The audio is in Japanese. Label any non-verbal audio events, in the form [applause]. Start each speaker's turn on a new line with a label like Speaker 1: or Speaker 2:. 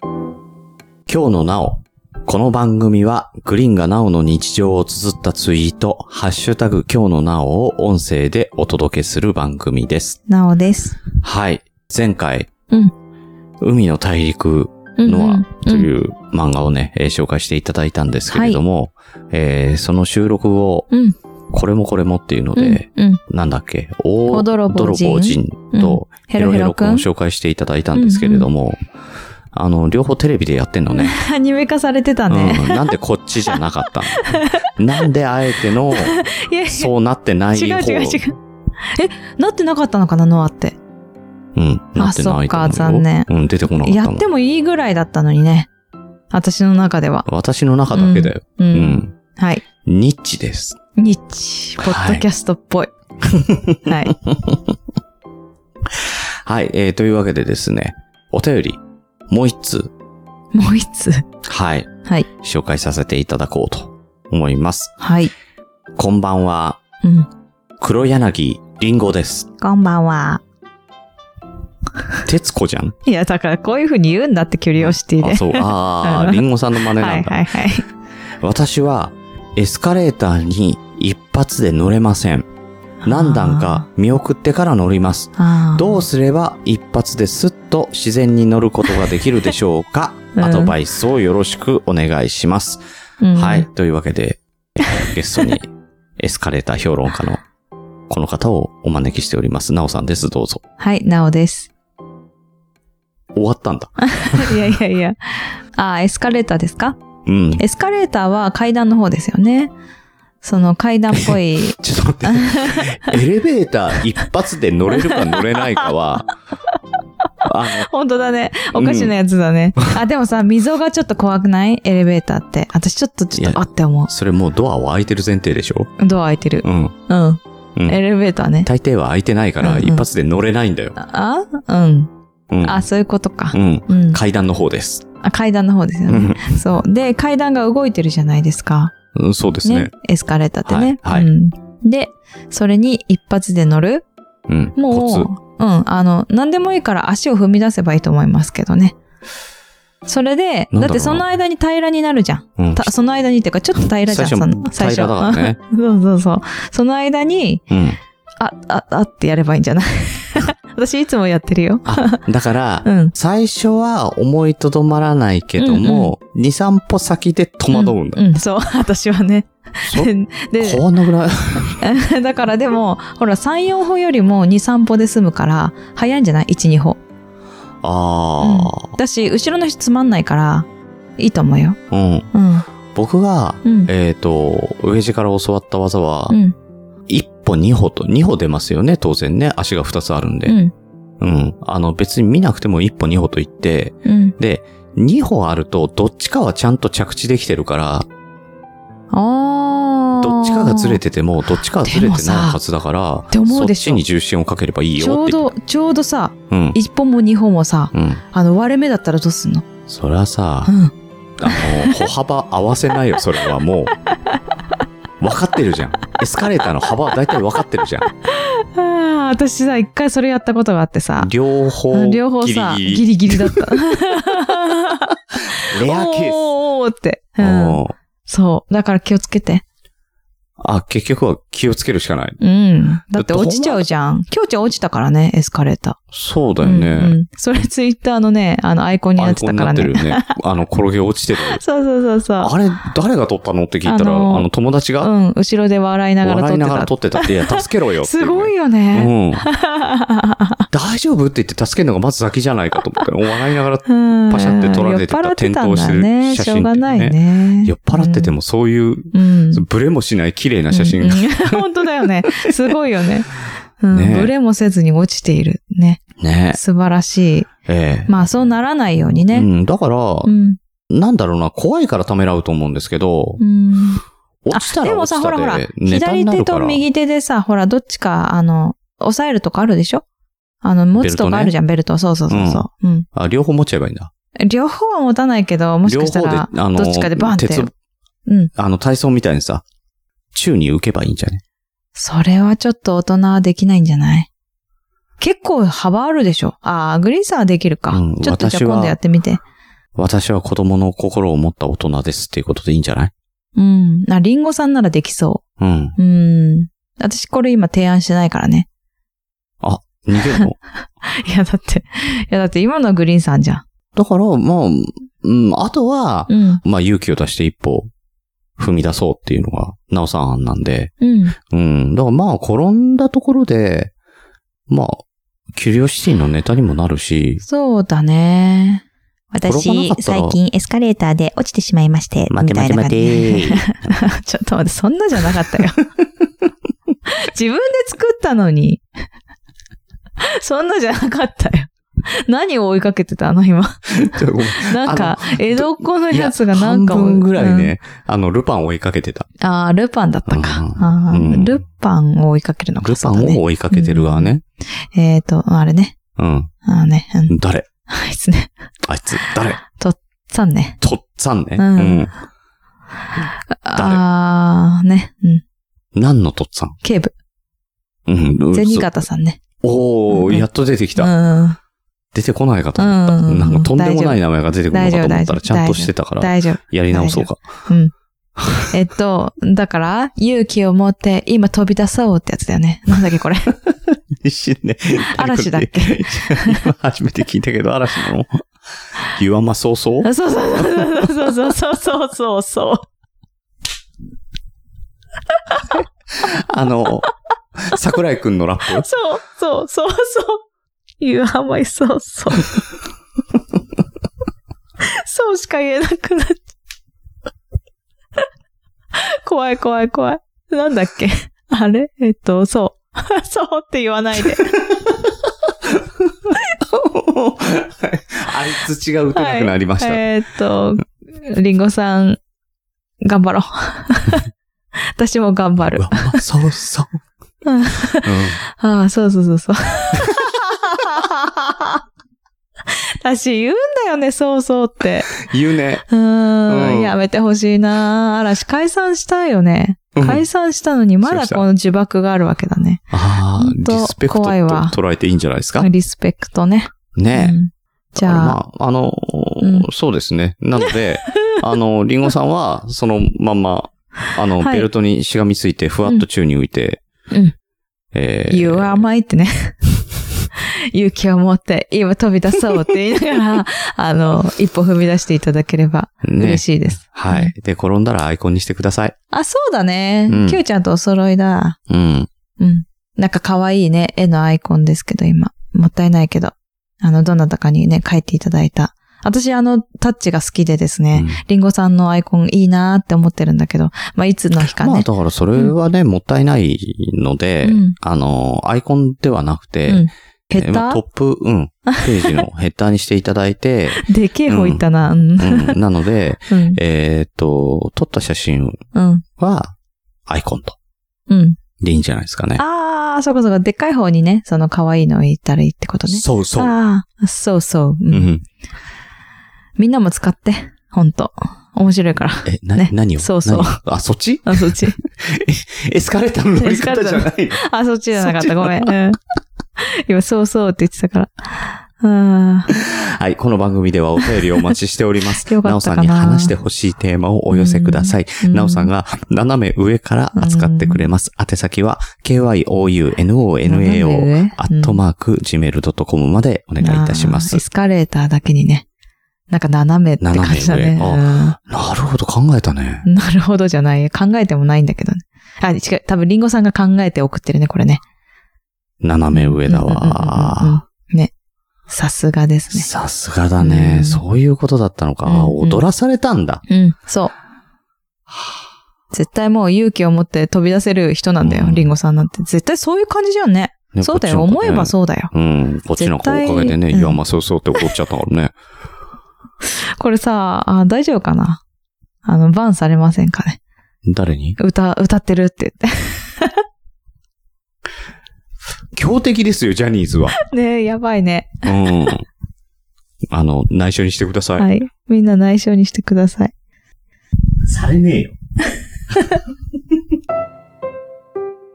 Speaker 1: 今日のなお。この番組は、グリーンがなおの日常を綴ったツイート、ハッシュタグ今日のなおを音声でお届けする番組です。
Speaker 2: なおです。
Speaker 1: はい。前回、
Speaker 2: うん
Speaker 1: 海の大陸
Speaker 2: うん
Speaker 1: ノアと
Speaker 2: うん。
Speaker 1: いう漫画をね、えー紹介していただいたんですけれども、えーその収録を、
Speaker 2: うん。
Speaker 1: これもこれもっていうの
Speaker 2: う
Speaker 1: で
Speaker 2: ん、うん。
Speaker 1: なんだっけ、大
Speaker 2: 大泥棒人
Speaker 1: 人とヘ
Speaker 2: ヘ
Speaker 1: ロ
Speaker 2: ロ
Speaker 1: ヘ
Speaker 2: ヘ
Speaker 1: ロ
Speaker 2: ロく
Speaker 1: 君を
Speaker 2: ん。
Speaker 1: 紹介していただいたんですけれども、あの、両方テレビでやってんのね。
Speaker 2: [laughs] アニメ化されてたね。 [laughs]
Speaker 1: うん、なんでこっちじゃなかったのなんであえての、
Speaker 2: いやいや
Speaker 1: そうなってない方
Speaker 2: 違う違う違う。え、なってなかったのかな、ノアって。
Speaker 1: うん、なってないと思うよ
Speaker 2: あそっか残念
Speaker 1: うん、出てこなかっ
Speaker 2: や
Speaker 1: たも
Speaker 2: っ
Speaker 1: ん
Speaker 2: て。もいいぐらいだったのにね。私の中では。
Speaker 1: 私の中だけだよ。
Speaker 2: う
Speaker 1: うん。
Speaker 2: ん。はい。
Speaker 1: ニッチです。
Speaker 2: ニッチ、ポッドキャストっ
Speaker 1: [laughs]
Speaker 2: ぽい。はい。
Speaker 1: はい、えー、というわけでですね、お便り、もう一通、
Speaker 2: もう一つ。
Speaker 1: はい、
Speaker 2: はい。
Speaker 1: 紹介させていただこうと思います。
Speaker 2: はい。
Speaker 1: こんばんは、
Speaker 2: うん。
Speaker 1: 黒柳りんごです。
Speaker 2: こんばんは。
Speaker 1: 徹子じゃん
Speaker 2: いや、だからこういう風に言うんだって、キュリオシティで。
Speaker 1: あ、そう、あー、
Speaker 2: [laughs] うん
Speaker 1: りんごさんの真似
Speaker 2: は
Speaker 1: ないんだ。
Speaker 2: はいはい。
Speaker 1: 私はエスカレーターに一発で乗れません。何段か見送ってから乗ります。
Speaker 2: あー
Speaker 1: どうすれば一発ですっと自然に乗ることができるでしょうか、
Speaker 2: [laughs] うん
Speaker 1: アドバイスをよろしくお願いします。
Speaker 2: うん
Speaker 1: はい。。というわけで、ゲストにエスカレーター評論家のこの方をお招きしております。なおさんです。どうぞ。
Speaker 2: はい、なおです。
Speaker 1: 終わったんだ。
Speaker 2: [laughs] いやいやいや。あー、エスカレーターですか
Speaker 1: うん。
Speaker 2: エスカレーターは階段の方ですよね。その階段っぽい。
Speaker 1: ちょっと待って。エレベーター一発で乗れるか乗れないか
Speaker 2: [laughs]
Speaker 1: は、あの、
Speaker 2: [laughs] 本当だね。おかしなやつだね。あ、でもさ、溝がちょっと怖くないエレベーターって。私ちょっと、ちょっ
Speaker 1: い
Speaker 2: と、
Speaker 1: や
Speaker 2: あって思
Speaker 1: それもうドアを開いてる前提でしょ
Speaker 2: う。ドア開いてる。
Speaker 1: うん。
Speaker 2: うん。
Speaker 1: うん
Speaker 2: エレベーターね。
Speaker 1: 大抵は開いてないか
Speaker 2: う
Speaker 1: ら
Speaker 2: んうん
Speaker 1: 一発で乗れないんだよ。
Speaker 2: あうん。
Speaker 1: うん。
Speaker 2: あ、そういうことか
Speaker 1: う。ん。
Speaker 2: うん。
Speaker 1: 階段の方です。
Speaker 2: あ階段の方ですよね。そう。で、階段が動いてるじゃないですか。
Speaker 1: うんそうですね
Speaker 2: ね。。エスカレーターってね。
Speaker 1: はいは
Speaker 2: うんで、それに一発で乗る
Speaker 1: うん。コツ。
Speaker 2: もう、うん、あの、何でもいいから足を踏み出せばいいと思いますけどね。それで、
Speaker 1: なんだろうな
Speaker 2: だってその間に平らになるじゃん。
Speaker 1: うん
Speaker 2: たその間にっていうか、ちょっと平らじゃ
Speaker 1: 最
Speaker 2: ん、
Speaker 1: 初
Speaker 2: その
Speaker 1: 平らだからね。
Speaker 2: 最初 [laughs] そうそうそう。その間に、
Speaker 1: うん。
Speaker 2: [laughs] あ、あ、あってやればいいんじゃない [laughs] 私いつもやってるよ。
Speaker 1: あ、だから
Speaker 2: う、ん。
Speaker 1: 最初は思いとどまらないけども、2、3歩先で戸惑うんだ
Speaker 2: う。ん、そう、私はね。
Speaker 1: そ
Speaker 2: で、
Speaker 1: このぐらい。 [laughs]
Speaker 2: [laughs] だからでも、ほら、3、4歩よりも2、3歩で済むから、早いんじゃない ?1、2歩。
Speaker 1: あ
Speaker 2: だし、後ろの人つまんないから、いいと思うよ。
Speaker 1: あ。うん。
Speaker 2: うん。
Speaker 1: 僕が、
Speaker 2: うん。
Speaker 1: えっと、上地から教わった技は
Speaker 2: う、ん。
Speaker 1: 一歩二歩と、二歩出ますよね、当然ね。足が二つあるんで。
Speaker 2: うん。
Speaker 1: うん。あの、別に見なくても一歩二歩と言って、
Speaker 2: うん。
Speaker 1: で、二歩あると、どっちかはちゃんと着地できてるから、
Speaker 2: ああ。
Speaker 1: どっちかがずれ
Speaker 2: て
Speaker 1: てても、どっちかはずれてないはずだから、
Speaker 2: て思うでしょ
Speaker 1: そっちに重心をかければいい
Speaker 2: ちょ
Speaker 1: よっ
Speaker 2: う
Speaker 1: て。
Speaker 2: ど、ちょうどさ、
Speaker 1: うん。
Speaker 2: 一本も二本もさ、
Speaker 1: うん。
Speaker 2: あの、割れ目だったらどうすんの
Speaker 1: そりゃさ
Speaker 2: う、ん。
Speaker 1: あの、歩幅合わせないよ、それはもう。分かってるじゃん。エスカレーターの幅は大体分かってるじゃん。
Speaker 2: ああ、私さ、一回それやったことがあってさ、
Speaker 1: 両方、
Speaker 2: 両方さ、
Speaker 1: ギ
Speaker 2: ギ
Speaker 1: リ
Speaker 2: リ
Speaker 1: ギ
Speaker 2: ギリだった。
Speaker 1: リレアケース。
Speaker 2: おーって。うん。
Speaker 1: おー
Speaker 2: そう。だから気をつけて。
Speaker 1: あ、結局は気をつけるしかない。
Speaker 2: うん。だって落ちちゃうじゃん。きょうちゃん落ちたからね、エスカレータ
Speaker 1: そうだ
Speaker 2: ー。
Speaker 1: よね。
Speaker 2: うんうん。それツイッターのね、あの、アイコンにな
Speaker 1: ア
Speaker 2: っ
Speaker 1: イ
Speaker 2: て
Speaker 1: コ
Speaker 2: た
Speaker 1: ンに
Speaker 2: か
Speaker 1: な
Speaker 2: ら
Speaker 1: って
Speaker 2: ね
Speaker 1: る。よ
Speaker 2: [laughs]
Speaker 1: ね。あの、転げ落ちてる。
Speaker 2: そうそうそうそう。
Speaker 1: あれ、誰が撮ったのって聞いたら、
Speaker 2: あのー
Speaker 1: あの、友達が
Speaker 2: うん。後ろで笑いながら撮
Speaker 1: 笑いなが
Speaker 2: っ
Speaker 1: ら
Speaker 2: て
Speaker 1: 撮ってたって、い
Speaker 2: [laughs]
Speaker 1: や、助けろよ
Speaker 2: た。
Speaker 1: ってう
Speaker 2: す
Speaker 1: ね
Speaker 2: ごいよね。 [laughs]
Speaker 1: うん。大丈夫って言って助けるのがまず先じゃないかと思って、笑いながら、パ
Speaker 2: パ
Speaker 1: シャって撮られてた転倒してる写真っていうね
Speaker 2: しょうがないね。
Speaker 1: 酔っ払ってて
Speaker 2: も。
Speaker 1: もそういう、
Speaker 2: うん。
Speaker 1: ブレもしない綺麗な写真が。
Speaker 2: うん
Speaker 1: [laughs]
Speaker 2: 本当だよね。すごいよね。うん
Speaker 1: ねえ
Speaker 2: ブレもせずに落ちている。ね。
Speaker 1: ね
Speaker 2: 素晴らしい。
Speaker 1: ええ。
Speaker 2: まあ、そうならないように
Speaker 1: う
Speaker 2: ね。
Speaker 1: ん、だから
Speaker 2: う、ん。
Speaker 1: なんだろうな、怖いからためらうと思うんですけど、
Speaker 2: うん。
Speaker 1: 落ちた
Speaker 2: あで
Speaker 1: ら
Speaker 2: も
Speaker 1: 落
Speaker 2: さ、
Speaker 1: ち
Speaker 2: ほ
Speaker 1: た
Speaker 2: らほら
Speaker 1: で、、ネタに
Speaker 2: 左
Speaker 1: な
Speaker 2: 手
Speaker 1: るか
Speaker 2: と
Speaker 1: ら。
Speaker 2: 右手でさ、ほら、どっちか、あの、押さえるとかあるでしょあの、持つとかあるじゃん、ベルト。そうそうそうそう。うん。
Speaker 1: あ、両方持っちゃえばいいんだ。
Speaker 2: 両方は持たないけど、もしかしたら、
Speaker 1: 両方であの
Speaker 2: どっちかでバンって。
Speaker 1: 鉄
Speaker 2: うん。
Speaker 1: あの、体操みたいにさ、宙に浮けばいいんじゃね
Speaker 2: それはちょっと大人はできないんじゃない結構幅あるでしょ。ああ、グリーンさんはできるか。
Speaker 1: うん
Speaker 2: ちょっとじゃあ
Speaker 1: 私は
Speaker 2: 今度やってみて。
Speaker 1: 私は子供の心を持った大人ですっていうことでいいんじゃない
Speaker 2: うん。あ、リンゴさんならできそ
Speaker 1: うん。
Speaker 2: う。うん。私これ今提案してないからね。 [laughs]
Speaker 1: 逃げるの
Speaker 2: いや、だって、いや、だって今のはグリーンさんじゃん。
Speaker 1: だから、まあ、うん、あとは、
Speaker 2: うん。
Speaker 1: まあ勇気を出して一歩踏み出そうっていうのが、なおさん案なんで。
Speaker 2: うん。
Speaker 1: うん。だからまあ転んだところで、まあ、キュリオシティのネタにもなるし、
Speaker 2: そうだね。
Speaker 1: 転ばなかったら
Speaker 2: エスカレーターで落ちてしまいまして
Speaker 1: 待て待て待て。
Speaker 2: て。ちょっと待って、そんなじゃなかっ
Speaker 1: [laughs]
Speaker 2: たよ。自分で作ったのに。そんなじゃなかったよ。何を追いかけてたの今。
Speaker 1: ち
Speaker 2: [laughs]
Speaker 1: ょごめん
Speaker 2: なんか、江戸っ子の
Speaker 1: いや
Speaker 2: やつがなんかを
Speaker 1: 半分ぐらい。ね、あの、ルパンを追いかけてた。
Speaker 2: うんああ、ルパンだったか。
Speaker 1: うん
Speaker 2: あー
Speaker 1: うん
Speaker 2: ルパンを追いかけるのか。
Speaker 1: ルパンを追いかけてる側ね。
Speaker 2: そうだねえっと、あれね。
Speaker 1: うん。
Speaker 2: ああね。うん。
Speaker 1: 誰
Speaker 2: あいつね。
Speaker 1: あいつ、誰
Speaker 2: さんね。
Speaker 1: とっつぁんね。
Speaker 2: う
Speaker 1: うんん。
Speaker 2: ああ、ね。うん。
Speaker 1: 何のとっつぁん
Speaker 2: 警部。
Speaker 1: うん。
Speaker 2: 銭
Speaker 1: そう
Speaker 2: 形さんね。
Speaker 1: お
Speaker 2: うん
Speaker 1: ー、やっと出てき
Speaker 2: う
Speaker 1: た。
Speaker 2: ん。
Speaker 1: 出てこないかと思った。
Speaker 2: うん
Speaker 1: なんかとんでもない名前が出てくるのかと思っ
Speaker 2: 大
Speaker 1: た
Speaker 2: 丈
Speaker 1: ら、
Speaker 2: 夫
Speaker 1: ちゃんとしてたから、
Speaker 2: 大丈夫。
Speaker 1: やり直そうか。
Speaker 2: うん。えっと、だから、勇気を持って、今飛び出そうってやつだよね。なんだっけこれ。
Speaker 1: 一瞬ね。
Speaker 2: 嵐だっけ
Speaker 1: 今 [laughs] 初めて聞いたけど、嵐なの ?You are my so so?
Speaker 2: [laughs] あそうそうそうそうそうそうそうそう。
Speaker 1: あの、桜井くんのラッ
Speaker 2: [laughs]
Speaker 1: プ
Speaker 2: そうそうそうそう。You are my so so. そうしか言えなくなっちゃう。怖い怖い怖い。なんだっけあれえっと、そう。 [laughs] そうって言わないで。
Speaker 1: あいつちが打てなくなりました。
Speaker 2: えーっと、リンゴさん、頑張ろう。私も頑張る
Speaker 1: You。are my so so.
Speaker 2: うん
Speaker 1: う
Speaker 2: ああ、そうそうそうそう。私言うんだよね、そうそうって。
Speaker 1: ん言うね。
Speaker 2: うー
Speaker 1: うん
Speaker 2: ん、やめてほしいな嵐解散したいよね。
Speaker 1: うん
Speaker 2: 解散したのにまだ
Speaker 1: そうした
Speaker 2: この呪縛があるわけだね。
Speaker 1: ああ、
Speaker 2: ほんと
Speaker 1: リスペクトと
Speaker 2: 怖いわ
Speaker 1: 捉えていいんじゃないですか
Speaker 2: リスペクトね。
Speaker 1: ねえ。
Speaker 2: うんじゃあ、
Speaker 1: まあ、あの、
Speaker 2: うん
Speaker 1: そうですね。なの
Speaker 2: [laughs]
Speaker 1: で、あの、リンゴさんは、そのまんま、あの、
Speaker 2: はい
Speaker 1: ベルトにしがみついて、ふわっと宙に浮いて、
Speaker 2: うん
Speaker 1: えー、
Speaker 2: You are my ってね。 [laughs] 勇気を持って、今飛び出そうって言いな [laughs] がら、あの、一歩踏み出していただければ
Speaker 1: ね
Speaker 2: 嬉。しいです。
Speaker 1: はい。で、転んだらアイコンにしてください。
Speaker 2: あ、そうだね
Speaker 1: うん。
Speaker 2: キューちゃんとお揃いだ。
Speaker 1: うん。
Speaker 2: うん。なんか可愛いね、絵のアイコンですけど、今。もったいないけど。あの、どなたかにね、書いていただいた。私、あの、タッチが好きでですね、
Speaker 1: うん
Speaker 2: リンゴさんのアイコンいいなーって思ってるんだけど、まあ、いつの日か
Speaker 1: まあ、
Speaker 2: ね。
Speaker 1: だからそれはね、もったいないので、
Speaker 2: うん
Speaker 1: あの、アイコンではなくて、
Speaker 2: うんヘ
Speaker 1: え
Speaker 2: ッ
Speaker 1: ーま
Speaker 2: ダ
Speaker 1: あ
Speaker 2: ー
Speaker 1: トップ、うん、ページ
Speaker 2: [laughs]
Speaker 1: のヘッダーにしていただいて、
Speaker 2: でけえ方いったな。うん。うん。 [laughs]
Speaker 1: うん、なので、
Speaker 2: うん。
Speaker 1: えーっと、撮った写真
Speaker 2: うん。
Speaker 1: は、アイコンと。
Speaker 2: うん。
Speaker 1: でいいんじゃないですかね。
Speaker 2: ああ、そうかそうか。でっかい方にね、その可愛いのを言ったらいいってことね。
Speaker 1: そうそう。
Speaker 2: ああ、そうそう、う
Speaker 1: うんん。
Speaker 2: みんなも使って。ほんと。面白いから。
Speaker 1: え、な、
Speaker 2: ね
Speaker 1: 何を
Speaker 2: そうそう
Speaker 1: 何あ、そっち
Speaker 2: あ、そっち。
Speaker 1: エスカレーターの乗り方じゃないの
Speaker 2: [laughs] あ、そっちじゃなかっ。
Speaker 1: そったち
Speaker 2: ごめん。うん今、そうそうって言ってたから。あー
Speaker 1: はい。この番組ではお便りをお待ちしております。
Speaker 2: よか
Speaker 1: なお
Speaker 2: っ
Speaker 1: さ
Speaker 2: たかなん
Speaker 1: に話してほしいテーマをお寄せください。
Speaker 2: うん
Speaker 1: なおさんが斜め上から扱ってくれます。宛先は、
Speaker 2: 斜め
Speaker 1: kyounonao
Speaker 2: 上
Speaker 1: アットマーク gmail.com までお願いいたしま
Speaker 2: あーエ
Speaker 1: す。
Speaker 2: スカレーターだけにね。なんか斜めって感じだね。
Speaker 1: 斜め上なるほど、考えたね。
Speaker 2: うんなるほどじゃないよ。考えてもないんだけどね。あ、違う。多分、リンゴさんが考えて送ってるね、これね。
Speaker 1: 斜め上だわ。
Speaker 2: うんうんうんうん。ね。さすがですね。
Speaker 1: さすがだね、
Speaker 2: うん
Speaker 1: そういうことだったのか。
Speaker 2: うんうん
Speaker 1: あ踊らされたんだ。
Speaker 2: うん、そう。絶対もう勇気を持って飛び出せる人なんだよ、
Speaker 1: うん
Speaker 2: リンゴさんなんて。絶対そういう感じじゃんね。
Speaker 1: ね
Speaker 2: そうだよ、思えばそうだよ。
Speaker 1: う。うん。こっちの子おかげでね、
Speaker 2: 絶対
Speaker 1: いや、まあそうそうって怒っちゃったからね。
Speaker 2: これさ、あ大丈夫かなあの、バンされませんかね。
Speaker 1: 誰に
Speaker 2: 歌、歌ってるって言っ
Speaker 1: 強敵ですよ、ジャニーズは。
Speaker 2: て。 [laughs] ねえ、やばいね。
Speaker 1: うん。
Speaker 2: [laughs]
Speaker 1: あの、内緒にしてください。
Speaker 2: はい。みんな内緒にしてください。
Speaker 1: されねえよ。